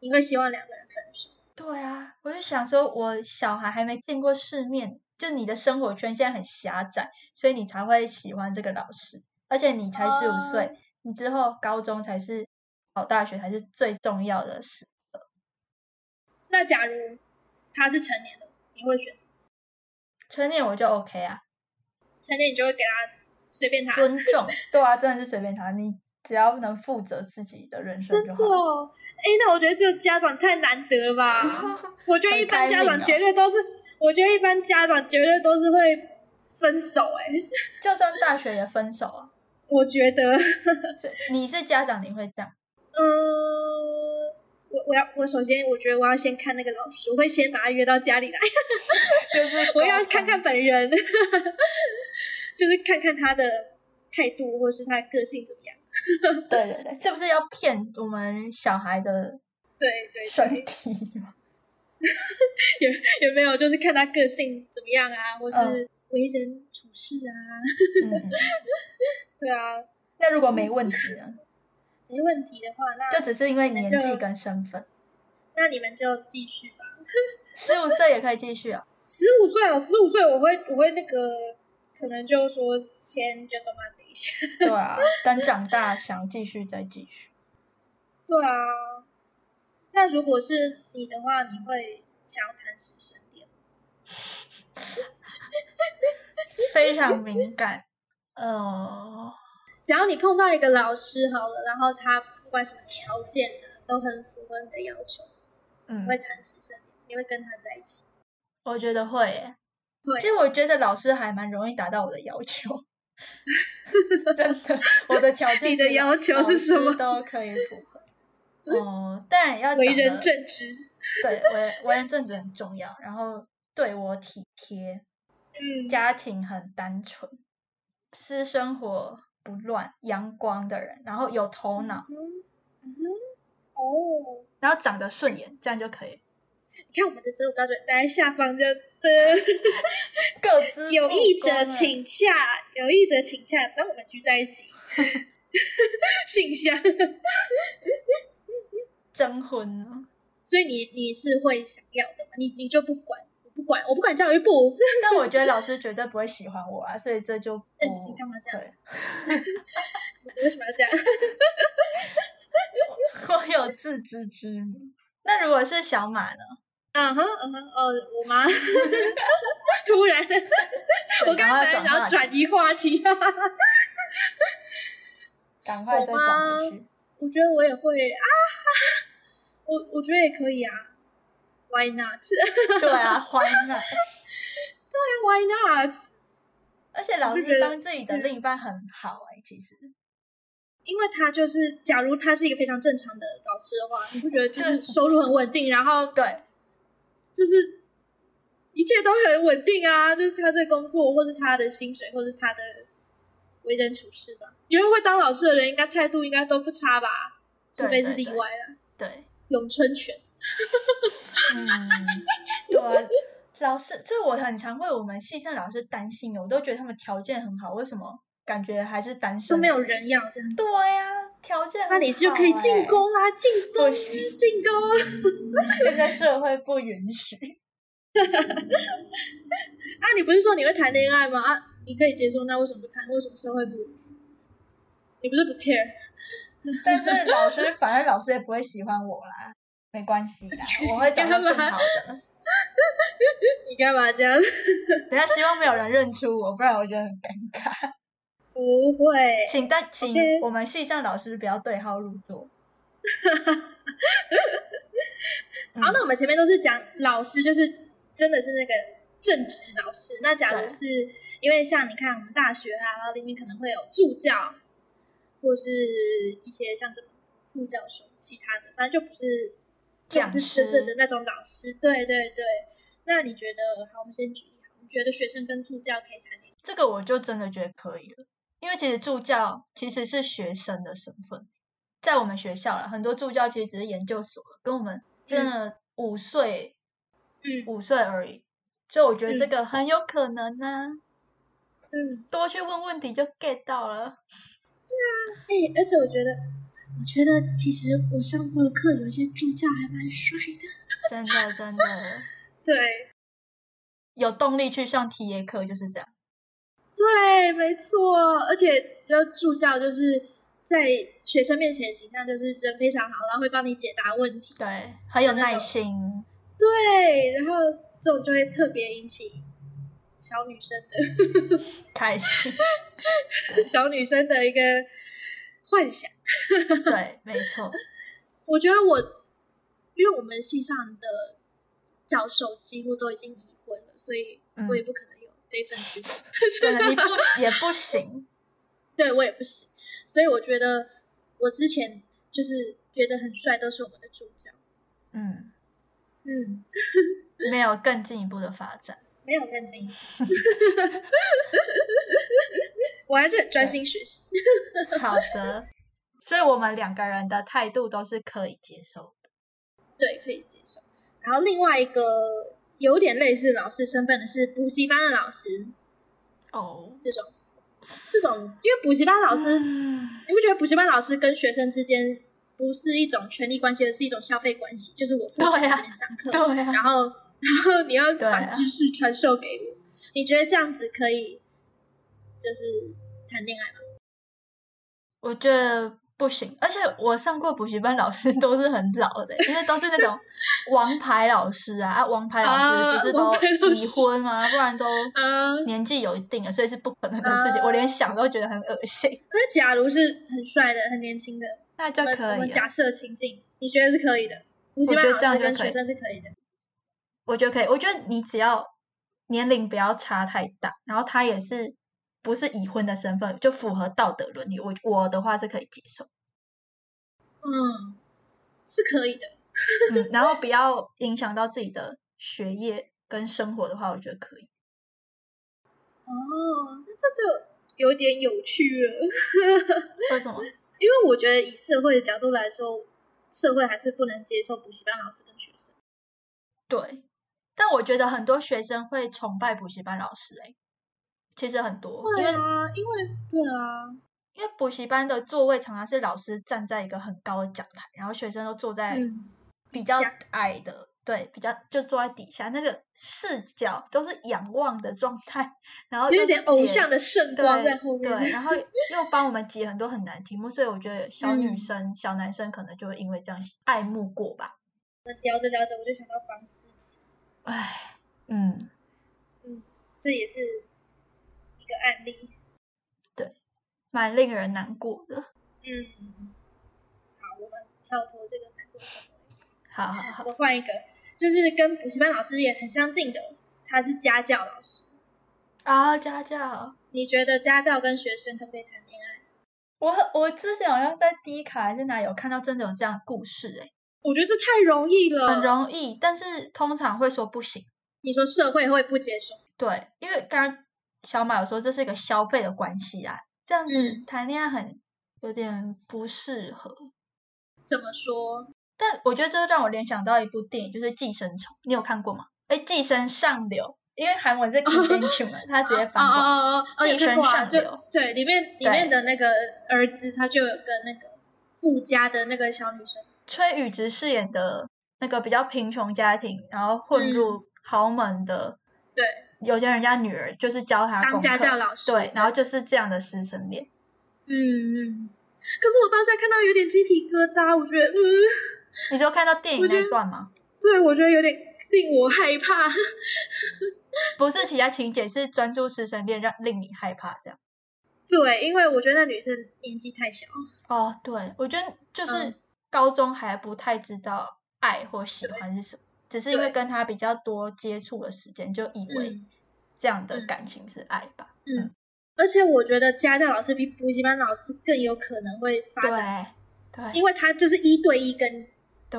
Speaker 3: 你会希望两个人分手？
Speaker 2: 对啊，我就想说，我小孩还没见过世面，就你的生活圈现在很狭窄，所以你才会喜欢这个老师，而且你才十五岁，
Speaker 3: 哦
Speaker 2: 你之后高中才是考大学才是最重要的事。
Speaker 3: 那假如他是成年的，你会选择
Speaker 2: 成年我就 OK 啊，
Speaker 3: 成年，你就会给他随便他，
Speaker 2: 尊重，对啊，真的是随便他，你只要能负责自己的人生
Speaker 3: 真
Speaker 2: 就
Speaker 3: 的
Speaker 2: 好了。
Speaker 3: 哦。哎，那我觉得这个家长太难得了 吧？我觉得一般家
Speaker 2: 很开明
Speaker 3: 长
Speaker 2: 哦
Speaker 3: 绝对都是，我觉得一般家长绝对都是会分手、哎，
Speaker 2: 就算大学也分手啊，
Speaker 3: 我觉得。
Speaker 2: 所以你是家长你会 这样？
Speaker 3: 呃，我我要我首先我觉得我要先看那个老师，我会先把他约到家里来，
Speaker 2: 就是
Speaker 3: 我要
Speaker 2: 沟通
Speaker 3: 看看本人， 就是看看他的态度或是他的个性怎么样。
Speaker 2: 对对对，是不是要骗我们小孩的
Speaker 3: 对对
Speaker 2: 身
Speaker 3: 对，
Speaker 2: 体？
Speaker 3: 有没有就是看他个性怎么样啊，或是
Speaker 2: 嗯
Speaker 3: 为人处事啊？
Speaker 2: 嗯嗯。
Speaker 3: 对啊，
Speaker 2: 那如果没问题呢？
Speaker 3: 没问题的话，那
Speaker 2: 就只是因为年
Speaker 3: 那
Speaker 2: 纪
Speaker 3: 就
Speaker 2: 跟身份，
Speaker 3: 那你们就继续吧。
Speaker 2: 十五岁也可以继续啊。
Speaker 3: 十五岁哦，十五岁我会我会那个，可能就说先就他妈等一下。
Speaker 2: 对啊，等长大想继续再继 续。
Speaker 3: 对啊，那如果是你的话，你会想要谈师生恋吗？
Speaker 2: 非常敏 感，呃，
Speaker 3: 只要你碰到一个老师好了，然后他不管什么条件啊，都很符合你的要求，
Speaker 2: 嗯
Speaker 3: 你会谈师生恋，你会跟他在一起。
Speaker 2: 我觉得会耶。
Speaker 3: 会
Speaker 2: 其实我觉得老师还蛮容易达到我的要 求，真的，我的条件
Speaker 3: 你的
Speaker 2: 是
Speaker 3: 要求是什么
Speaker 2: 老师都可以符合。哦、当然要长
Speaker 3: 为
Speaker 2: 得
Speaker 3: 人正直，
Speaker 2: 对，为为人正直很重要，然后对我体贴，
Speaker 3: 嗯，
Speaker 2: 家庭很单纯，私生活不乱，阳光的人，然后有头脑，
Speaker 3: 嗯嗯哦，
Speaker 2: 然后长得顺眼，这样就可以。
Speaker 3: 你看我们的择偶标准，来下方就的
Speaker 2: 各自
Speaker 3: 有意者请
Speaker 2: 请，
Speaker 3: 洽，有意者请洽，当我们聚在一起， 信箱。
Speaker 2: 征婚啊。
Speaker 3: 所以你你是会想要的嘛？你你就不管，我不管，我不管教育部，
Speaker 2: 但我觉得老师绝对不会喜欢我啊，所以这 就
Speaker 3: 哎
Speaker 2: 不
Speaker 3: 你干嘛这样
Speaker 2: 对
Speaker 3: 你为什么要这样？
Speaker 2: 我有自知之明。那如果是小马呢？
Speaker 3: 嗯哼嗯哼，哦，我 妈突然，我刚才
Speaker 2: 赶
Speaker 3: 想要
Speaker 2: 快转话
Speaker 3: 转移话题，啊
Speaker 2: 赶快再转回去。
Speaker 3: 我觉得我也会啊，我我觉得也可以啊，Why not？
Speaker 2: 对啊， 欢乐。
Speaker 3: Why not？
Speaker 2: 而且老
Speaker 3: 我就觉
Speaker 2: 师
Speaker 3: 得
Speaker 2: 当自己的另一半很好哎、其实
Speaker 3: 因为他就是，假如他是一个非常正常的老师的话，你不觉得就是收入很稳定，然后
Speaker 2: 对，
Speaker 3: 就是一切都很稳定啊，就是他这个工作，或是他的薪水，或是他的为人处事吧。因为会当老师的人，应该态度应该都不差吧，除非
Speaker 2: 对
Speaker 3: 是
Speaker 2: 对
Speaker 3: 例
Speaker 2: 对
Speaker 3: 外啦。
Speaker 2: 对，
Speaker 3: 咏春拳，
Speaker 2: 嗯，对啊，老师，这我很常为我们系上老师担心哦，我都觉得他们条件很好，为什么感觉还是单
Speaker 3: 都
Speaker 2: 身？
Speaker 3: 没有。人要这样子。
Speaker 2: 对呀、条件很
Speaker 3: 那你就
Speaker 2: 好
Speaker 3: 可以
Speaker 2: 欸
Speaker 3: 进，攻啦，进攻，
Speaker 2: 不行
Speaker 3: 进攻。
Speaker 2: 现在社会不允许。
Speaker 3: 啊，你不是说你会谈恋爱吗？啊，你可以接受，那为什么不谈？为什么社会不？你不是不 care？
Speaker 2: 但是老师，反正老师也不会喜欢我啦，没关系啦，我会找到更好的。
Speaker 3: 你干嘛这样？
Speaker 2: 等一下希望没有人认出我，不然我觉得很尴尬。
Speaker 3: 不会，
Speaker 2: 请但请
Speaker 3: OK
Speaker 2: 我们系上老师不要对号入座。嗯
Speaker 3: 好，那我们前面都是讲老师，就是真的是那个正职老师。那假如
Speaker 2: 对
Speaker 3: 是因为像你看我们大学啊，然后里面可能会有助教，或是一些像是副教授，其他的，反正就不是就不
Speaker 2: 讲
Speaker 3: 是
Speaker 2: 师
Speaker 3: 真正的那种老师。对对对。那你觉得，好，我们先举例好，你觉得学生跟助教可以谈恋爱？
Speaker 2: 这个我就真的觉得可以了，因为其实助教其实是学生的身份，在我们学校啦，很多助教其实只是研究所，跟我们真的五岁
Speaker 3: 嗯
Speaker 2: 五岁而已，所以我觉得这
Speaker 3: 嗯
Speaker 2: 个很有可能呢、
Speaker 3: 嗯，
Speaker 2: 多去问问题就 get 到了。
Speaker 3: 哎、而且我觉得，我觉得其实我上过的课有一些助教还蛮帅的。
Speaker 2: 真的真的
Speaker 3: 对，
Speaker 2: 有动力去上 TA 课就是这样。
Speaker 3: 对，没错，而且就助教就是在学生面前形象就是人非常好，然后会帮你解答问题。
Speaker 2: 对，很有
Speaker 3: 有那
Speaker 2: 耐
Speaker 3: 种
Speaker 2: 心。
Speaker 3: 对，然后这种就会特别引起小女生的
Speaker 2: 开始，
Speaker 3: 小女生的一个幻想。
Speaker 2: 对，没错，
Speaker 3: 我觉得我，因为我们系上的教授几乎都已经已婚了，所以我也不可能有非分之想。
Speaker 2: 可能 你不也不行，
Speaker 3: 对我也不行，所以我觉得我之前就是觉得很帅都是我们的助教。
Speaker 2: 嗯，
Speaker 3: 嗯，
Speaker 2: 没有更进一步的发展。
Speaker 3: 没有更进一步，我还是很专心学习。
Speaker 2: 好的，所以我们两个人的态度都是可以接受的。
Speaker 3: 对，可以接受。然后另外一个有点类似老师身份的是补习班的老师，
Speaker 2: 哦，
Speaker 3: 这种这种，因为补习班老师，
Speaker 2: 嗯
Speaker 3: 你不觉得补习班老师跟学生之间不是一种权力关系，而是一种消费关系？就是我负责
Speaker 2: 对
Speaker 3: 你
Speaker 2: 啊
Speaker 3: 这边上课，
Speaker 2: 对啊，
Speaker 3: 然后然后你要
Speaker 2: 对
Speaker 3: 把
Speaker 2: 啊
Speaker 3: 知识传授给我，你觉得这样子可以就是谈恋爱吗？
Speaker 2: 我觉得不行。而且我上过补习班，老师都是很老的，因为都是 那种王牌老师啊，啊王牌老师
Speaker 3: 啊
Speaker 2: 不是
Speaker 3: 王牌老
Speaker 2: 都已
Speaker 3: 师
Speaker 2: 婚吗？不然都
Speaker 3: 啊
Speaker 2: 年纪有一定了，所以是不可能的事情。我连想都觉得很恶心。
Speaker 3: 那假如是很帅的、很年轻的，
Speaker 2: 那就
Speaker 3: 我们我
Speaker 2: 可
Speaker 3: 们
Speaker 2: 以了，
Speaker 3: 假设情境，你觉得是可以的？补习
Speaker 2: 我
Speaker 3: 班
Speaker 2: 觉
Speaker 3: 老
Speaker 2: 得这样
Speaker 3: 师
Speaker 2: 就
Speaker 3: 跟
Speaker 2: 可
Speaker 3: 学
Speaker 2: 以
Speaker 3: 生是可以的。
Speaker 2: 我觉得可以。我觉得你只要年龄不要差太大，然后他也是不是已婚的身份，就符合道德伦理。我我的话是可以接受。
Speaker 3: 嗯，是可以的。
Speaker 2: 嗯，然后不要影响到自己的学业跟生活的话，我觉得可以。
Speaker 3: 哦，那这就有点有趣了，
Speaker 2: 为什么？
Speaker 3: 因为我觉得以社会的角度来说，社会还是不能接受补习班老师跟学生。
Speaker 2: 对，但我觉得很多学生会崇拜补习班老师、欸，其实很多，因为
Speaker 3: 啊，因为对啊，
Speaker 2: 因为补习班的座位常常是老师站在一个很高的讲台，然后学生都坐在
Speaker 3: 嗯，
Speaker 2: 比
Speaker 3: 底
Speaker 2: 较
Speaker 3: 下
Speaker 2: 矮的，对，比较就坐在底下，那个视角都是仰望的状态，然后
Speaker 3: 有
Speaker 2: 又
Speaker 3: 点
Speaker 2: 是
Speaker 3: 偶
Speaker 2: 解
Speaker 3: 像的圣光在后面。
Speaker 2: 哦对，对然后又帮我们解很多很难的题目，所以我觉得小女
Speaker 3: 嗯
Speaker 2: 生、小男生可能就会因为这样爱慕过吧。
Speaker 3: 我们聊着聊着，我就想到房思琪，
Speaker 2: 唉，嗯，
Speaker 3: 这也是一个案例。
Speaker 2: 蛮令人难过的。
Speaker 3: 嗯，好，我们跳脱这个难过的氛围
Speaker 2: 好好好，
Speaker 3: 我换一个，就是跟补习班老师也很相近的，他是家教老师。
Speaker 2: 啊，家教，
Speaker 3: 你觉得家教跟学生可不可以谈恋爱？
Speaker 2: 我我之前好像在 D 卡还是哪有看到真的有这样的故事、欸，
Speaker 3: 我觉得这太容易了。
Speaker 2: 很容易，但是通常会说不行。
Speaker 3: 你说社会会不接受？
Speaker 2: 对，因为刚刚小马有说这是一个消费的关系啊，这样子
Speaker 3: 嗯
Speaker 2: 谈恋爱很有点不适合。
Speaker 3: 怎么说？
Speaker 2: 但我觉得这让我联想到一部电影，就是《寄生虫》，你有看过吗？哎，《寄生上流》，因为 韩文是 Convention 嘛，他直接
Speaker 3: 哦
Speaker 2: 翻过来。
Speaker 3: 哦哦哦，有
Speaker 2: 寄
Speaker 3: 看
Speaker 2: 生
Speaker 3: 过啊，
Speaker 2: 上
Speaker 3: 就
Speaker 2: 流。
Speaker 3: 对，里面里
Speaker 2: 对
Speaker 3: 面的那个儿子，他就有跟那个富家的那个小女生，
Speaker 2: 崔宇植饰演的那个比较贫穷家庭，然后混入豪门的，
Speaker 3: 嗯对，
Speaker 2: 有钱人家女儿就是教他
Speaker 3: 当
Speaker 2: 功
Speaker 3: 家
Speaker 2: 课
Speaker 3: 教老师
Speaker 2: 对，然后就是这样的师生恋。
Speaker 3: 嗯嗯。可是我当下看到有点鸡皮疙瘩，我觉得，嗯，
Speaker 2: 你就看到电影
Speaker 3: 我觉
Speaker 2: 那一
Speaker 3: 得
Speaker 2: 段吗？
Speaker 3: 对我觉得有点令我害怕。
Speaker 2: 不是其他情节，是专注师生恋让令你害怕这样。
Speaker 3: 对，因为我觉得那女生年纪太小，
Speaker 2: 哦，对，我觉得就是
Speaker 3: 嗯
Speaker 2: 高中还不太知道爱或喜欢是什么，只是因为
Speaker 3: 对
Speaker 2: 跟他比较多接触的时间，就以为
Speaker 3: 嗯
Speaker 2: 这样的
Speaker 3: 嗯
Speaker 2: 感情是爱吧。
Speaker 3: 而且我觉得家教老师比补习班老师更有可能会发展，
Speaker 2: 对对
Speaker 3: 因为他就是一对一跟你，
Speaker 2: 对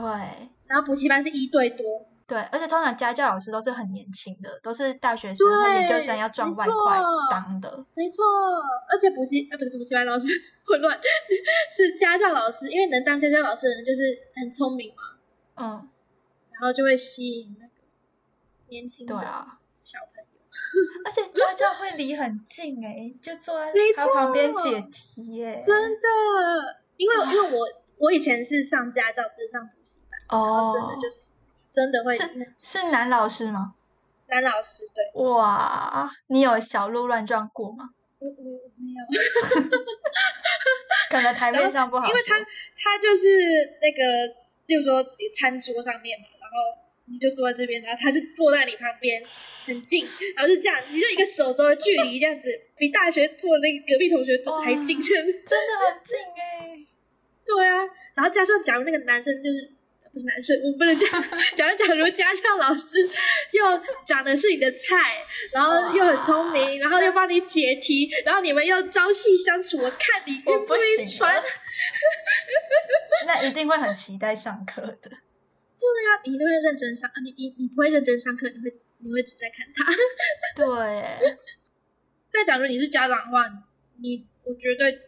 Speaker 3: 然后补习班是一对多，
Speaker 2: 对，而且通常家教老师都是很年轻的，都是大学生或研究生
Speaker 3: 对
Speaker 2: 要赚
Speaker 3: 没
Speaker 2: 外
Speaker 3: 错
Speaker 2: 快当的。
Speaker 3: 没错。而且补习啊不是补习班老师 混乱，是家教老师，因为能当家教老师的人就是很聪明嘛，
Speaker 2: 嗯，
Speaker 3: 然后就会吸引那个年轻的
Speaker 2: 对啊，
Speaker 3: 小朋友。
Speaker 2: 而且家教会离很近哎、就坐在
Speaker 3: 没
Speaker 2: 他旁边
Speaker 3: 错
Speaker 2: 解题耶、
Speaker 3: 真的，因为因为我我以前是上家教，不是上补习班，
Speaker 2: 哦，
Speaker 3: 真的就是真的会
Speaker 2: 是是男老师吗？
Speaker 3: 男老师对。
Speaker 2: 哇，你有小鹿乱撞过吗？
Speaker 3: 我我没有，
Speaker 2: 可能台面上不好
Speaker 3: 因
Speaker 2: 说，
Speaker 3: 为他他就是那个，例如说餐桌上面嘛，然后你就坐在这边，然后他就坐在你旁边，很近，然后就这样，你就一个手肘的距离这样子，比大学坐那个隔壁同学都还近，
Speaker 2: 哇
Speaker 3: 真的。
Speaker 2: 真的很近哎、
Speaker 3: 对啊，然后加上假如那个男生就是。呃不是男生，我不能 讲。假如假如家教老师又长得是你的菜，然后又很聪明，然后又帮你解题，然后你们又朝夕相处，我看你
Speaker 2: 我
Speaker 3: 晕
Speaker 2: 不
Speaker 3: 晕
Speaker 2: 行
Speaker 3: 船
Speaker 2: 了。那一定会很期待上课的。
Speaker 3: 对啊，你都会认真上，啊你你你不会认真上课，你会你会只在看他。
Speaker 2: 对欸，
Speaker 3: 但假如你是家长的话，你我绝对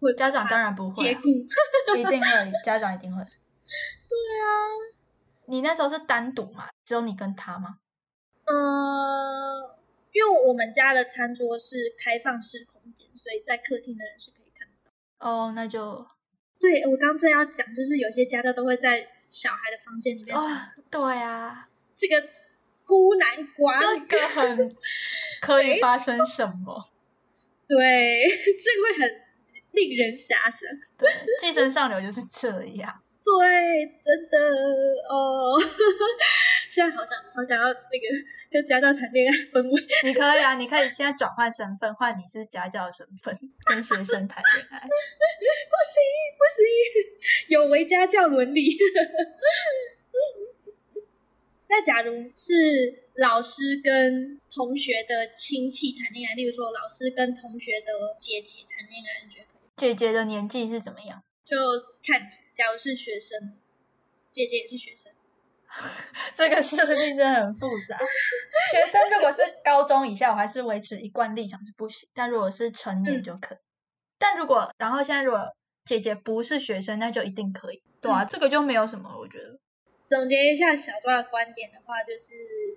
Speaker 3: 会
Speaker 2: 家长当然不会
Speaker 3: 解
Speaker 2: 啊、
Speaker 3: 雇。对
Speaker 2: 一定会，家长一 定会。
Speaker 3: 啊，
Speaker 2: 你那时候是单独嘛？只有你跟他吗？
Speaker 3: 呃，因为我们家的餐桌是开放式空间，所以在客厅的人是可以看的。
Speaker 2: 哦，那就
Speaker 3: 对我刚正要讲，就是有些家教都会在小孩的房间里面上
Speaker 2: 哇
Speaker 3: 课，，
Speaker 2: 对啊，
Speaker 3: 这个孤男寡
Speaker 2: 这
Speaker 3: 女，
Speaker 2: 个很可以发生什 么？
Speaker 3: 对， 这个会很令人遐想。
Speaker 2: 对，寄生上流就是这样。
Speaker 3: 对，真的哦。 现在好想好想要那个跟家教谈恋爱氛围。
Speaker 2: 你可以啊，你可以现在转换身份，换你是家教的身份，跟学生谈恋爱。
Speaker 3: 不行不行，有违家教伦理。 那假如是老师跟同学的亲戚谈恋爱，例如说老师跟同学的姐姐谈恋爱，你觉得可以吗？
Speaker 2: 姐姐的年纪是怎么样？
Speaker 3: 就看你，假如是学生，姐姐也是学生，
Speaker 2: 这个设定真的很复杂。学生如果是高中以下，我还是维持一贯立场是不行；但如果是成年
Speaker 3: 嗯
Speaker 2: 就可以。但如果然后现在如果姐姐不是学生，那就一定可以。对啊，这个就没有什么，我觉得。
Speaker 3: 总结一下小抓的观点的话，就是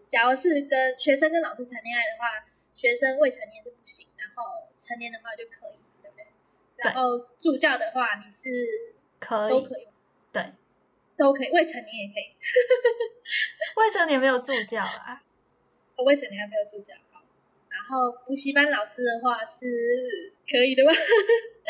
Speaker 3: 假如是跟学生跟老师谈恋爱的话，学生未成年是不行，然后成年的话就可以，对不对？然后助教的话，你是
Speaker 2: 可以
Speaker 3: 都可以吗，
Speaker 2: 对，
Speaker 3: 都可以，未成年也可以。
Speaker 2: 未成年没有助教啊，
Speaker 3: 我未成年还没有助教好。然后补习班老师的话是可以的 吧？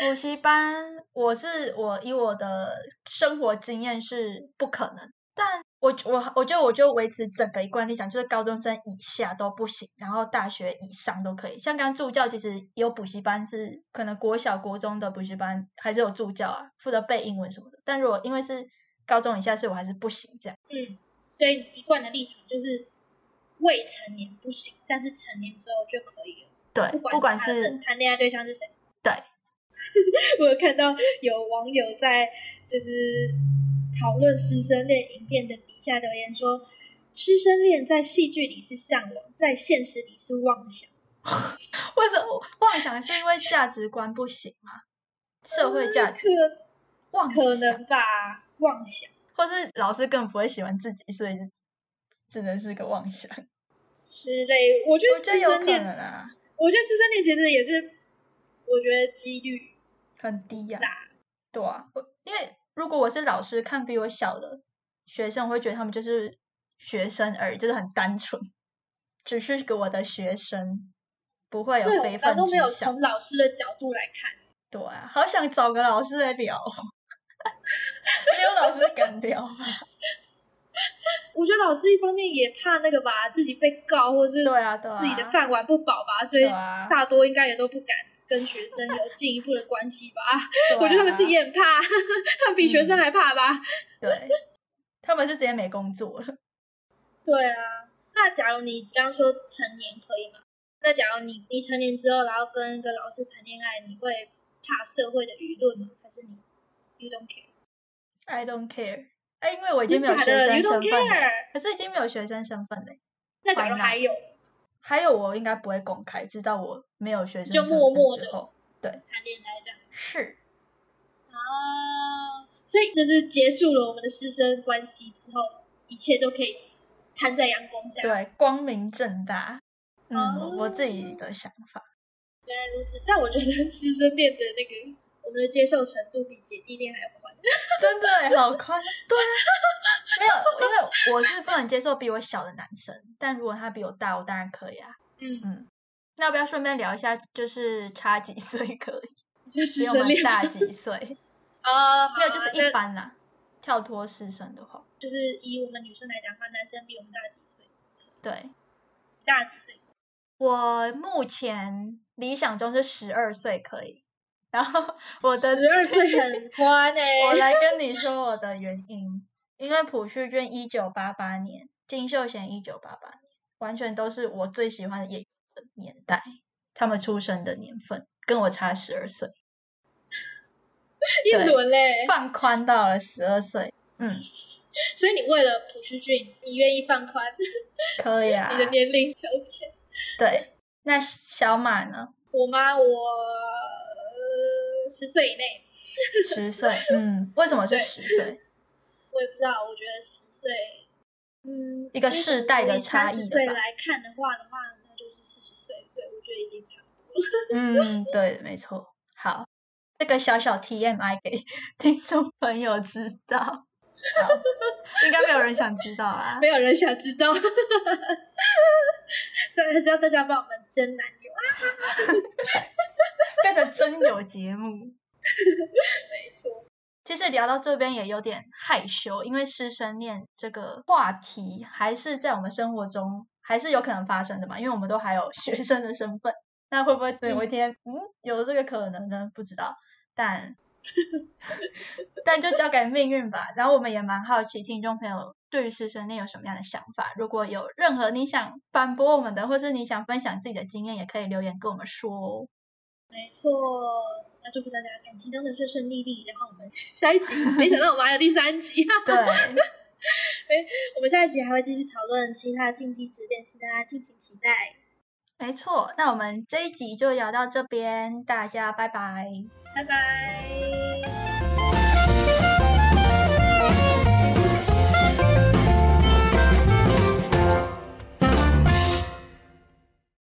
Speaker 2: 补习班我是我以我的生活经验是不可能，但我我我觉得我就维持整个一贯立场，就是高中生以下都不行，然后大学以上都可以。像刚刚助教其实也有补习班是可能国小国中的补习班还是有助教啊，负责背英文什么的。但如果因为是高中以下，所以我还是不行这样。
Speaker 3: 所以你一贯的立场就是未成年不行，但是成年之后就可以了。
Speaker 2: 对，
Speaker 3: 不
Speaker 2: 不
Speaker 3: 管
Speaker 2: 管
Speaker 3: 他
Speaker 2: 是
Speaker 3: 的谈恋爱对象是谁。
Speaker 2: 对，
Speaker 3: 我有看到有网友在就是讨论师生恋影片的底下留言说，师生恋在戏剧里是向往，在现实里是妄想。
Speaker 2: 为什么妄想是因为价值观不行吗？社会价值
Speaker 3: 可
Speaker 2: 妄想，
Speaker 3: 可能吧，妄想
Speaker 2: 或是老师更不会喜欢自己，所以就只能是个妄想。
Speaker 3: 之类。我觉
Speaker 2: 我
Speaker 3: 得
Speaker 2: 觉得
Speaker 3: 师
Speaker 2: 哦有
Speaker 3: 生
Speaker 2: 可
Speaker 3: 恋，
Speaker 2: 能啊，
Speaker 3: 我觉得师生恋其实也是，我觉得几率
Speaker 2: 很低呀、对啊，我因为如果我是老师，看比我小的学生，我会觉得他们就是学生而已，就是很单纯，只是个我的学生，不会有
Speaker 3: 对
Speaker 2: 非
Speaker 3: 我
Speaker 2: 分
Speaker 3: 们都没有
Speaker 2: 之想
Speaker 3: 从。老师的角度来看。
Speaker 2: 对啊，好想找个老师来聊，哦 没有老师敢聊 吗？
Speaker 3: 我觉得老师一方面也怕那个吧，自己被告，或是
Speaker 2: 对啊，对啊，
Speaker 3: 自己的饭碗不保吧，所以
Speaker 2: 对啊，
Speaker 3: 大多应该也都不敢跟学生有进一步的关系吧。
Speaker 2: 对
Speaker 3: 我觉得他们
Speaker 2: 啊
Speaker 3: 自己也很怕， 他们比学生还怕吧？
Speaker 2: 对，他们是直接没工作了。
Speaker 3: 对啊，那假如你刚刚说成年可以吗？那假如你你成年之后，然后跟一个老师谈恋爱，你会怕社会的舆论吗？还是你 you don't care？
Speaker 2: I don't care，哎、因为我已经
Speaker 3: 真
Speaker 2: 没
Speaker 3: 假
Speaker 2: 有学
Speaker 3: 的
Speaker 2: 生
Speaker 3: ？you don't
Speaker 2: 身份了，
Speaker 3: care？
Speaker 2: 可是已经没有学生身份了。
Speaker 3: 那假如
Speaker 2: Why not？
Speaker 3: 还有
Speaker 2: 还有我应该不会公开，直到我没有学生
Speaker 3: 就
Speaker 2: 身份
Speaker 3: 默默
Speaker 2: 之
Speaker 3: 地
Speaker 2: 后
Speaker 3: 谈恋爱这样
Speaker 2: 是
Speaker 3: 啊？所以就是结束了我们的师生关系之后，一切都可以摊在阳光下。
Speaker 2: 对光明正大。嗯，我我自己
Speaker 3: 哦
Speaker 2: 的想法，
Speaker 3: 原来如此，但我觉得师生恋的那个我们的接受程度比姐弟恋还要宽。
Speaker 2: 真的欸好宽，对啊，没有，因为我是不能接受比我小的男生，但如果他比我大，我当然可以啊。
Speaker 3: 嗯，
Speaker 2: 嗯，那要不要顺便聊一下，就是差几岁可以，
Speaker 3: 就
Speaker 2: 比
Speaker 3: 师
Speaker 2: 我
Speaker 3: 生
Speaker 2: 们
Speaker 3: 恋
Speaker 2: 大几 岁？
Speaker 3: 啊，
Speaker 2: 没有，就
Speaker 3: 好
Speaker 2: 是
Speaker 3: 啊
Speaker 2: 一般啦。跳脱师生的话，
Speaker 3: 就是以我们女生来讲的话，男生比我们大几岁，
Speaker 2: 对
Speaker 3: 大几岁？
Speaker 2: 我目前理想中是十二岁可以，然后我的
Speaker 3: 十二岁很宽诶、
Speaker 2: 我来跟你说我的原因，因为朴叙俊一九八八年，金秀贤一九八八年，完全都是我最喜欢的演员的年代，他们出生的年份跟我差十二岁，
Speaker 3: 一轮欸嘞、
Speaker 2: 放宽到了十二岁，嗯，
Speaker 3: 所以你为了朴叙俊，你愿意放宽
Speaker 2: 可以啊
Speaker 3: 你，的年龄条件？
Speaker 2: 对。那小马呢？
Speaker 3: 我妈我十岁以内，
Speaker 2: 十岁，嗯，为什么是
Speaker 3: 对
Speaker 2: 十岁？
Speaker 3: 我也不知道，我觉得十岁，嗯，
Speaker 2: 一个世代的差异
Speaker 3: 十
Speaker 2: 的
Speaker 3: 岁
Speaker 2: 吧
Speaker 3: 来看的话的话，那就是四十岁，对我觉得已经差不多了。
Speaker 2: 嗯，对，没错。好，这个小小 TMI 给 听众朋友知道，好应该没有人想知道啊。
Speaker 3: 没有人想知道， 所以还是要大家帮我们争男友。
Speaker 2: 变成真有节目。
Speaker 3: 没错，
Speaker 2: 其实聊到这边也有点害羞，因为师生恋这个话题还是在我们生活中还是有可能发生的嘛，因为我们都还有学生的身份。那会不会有一天，嗯，有这个可能呢？不知道， 但但就交给命运吧。然后我们也蛮好奇，听众朋友对于师生恋有什么样的想法？如果有任何你想反驳我们的，或是你想分享自己的经验，也可以留言跟我们说 哦。
Speaker 3: 没错。那祝福大家感情都能顺顺利利。然后我们 下一集，没想到我们还有第三集，
Speaker 2: 对，
Speaker 3: 我们下一集还会继续讨论其他的禁忌指点，请大家敬请期待。
Speaker 2: 没错，那我们这一集就聊到这边，大家拜拜。
Speaker 3: 拜拜。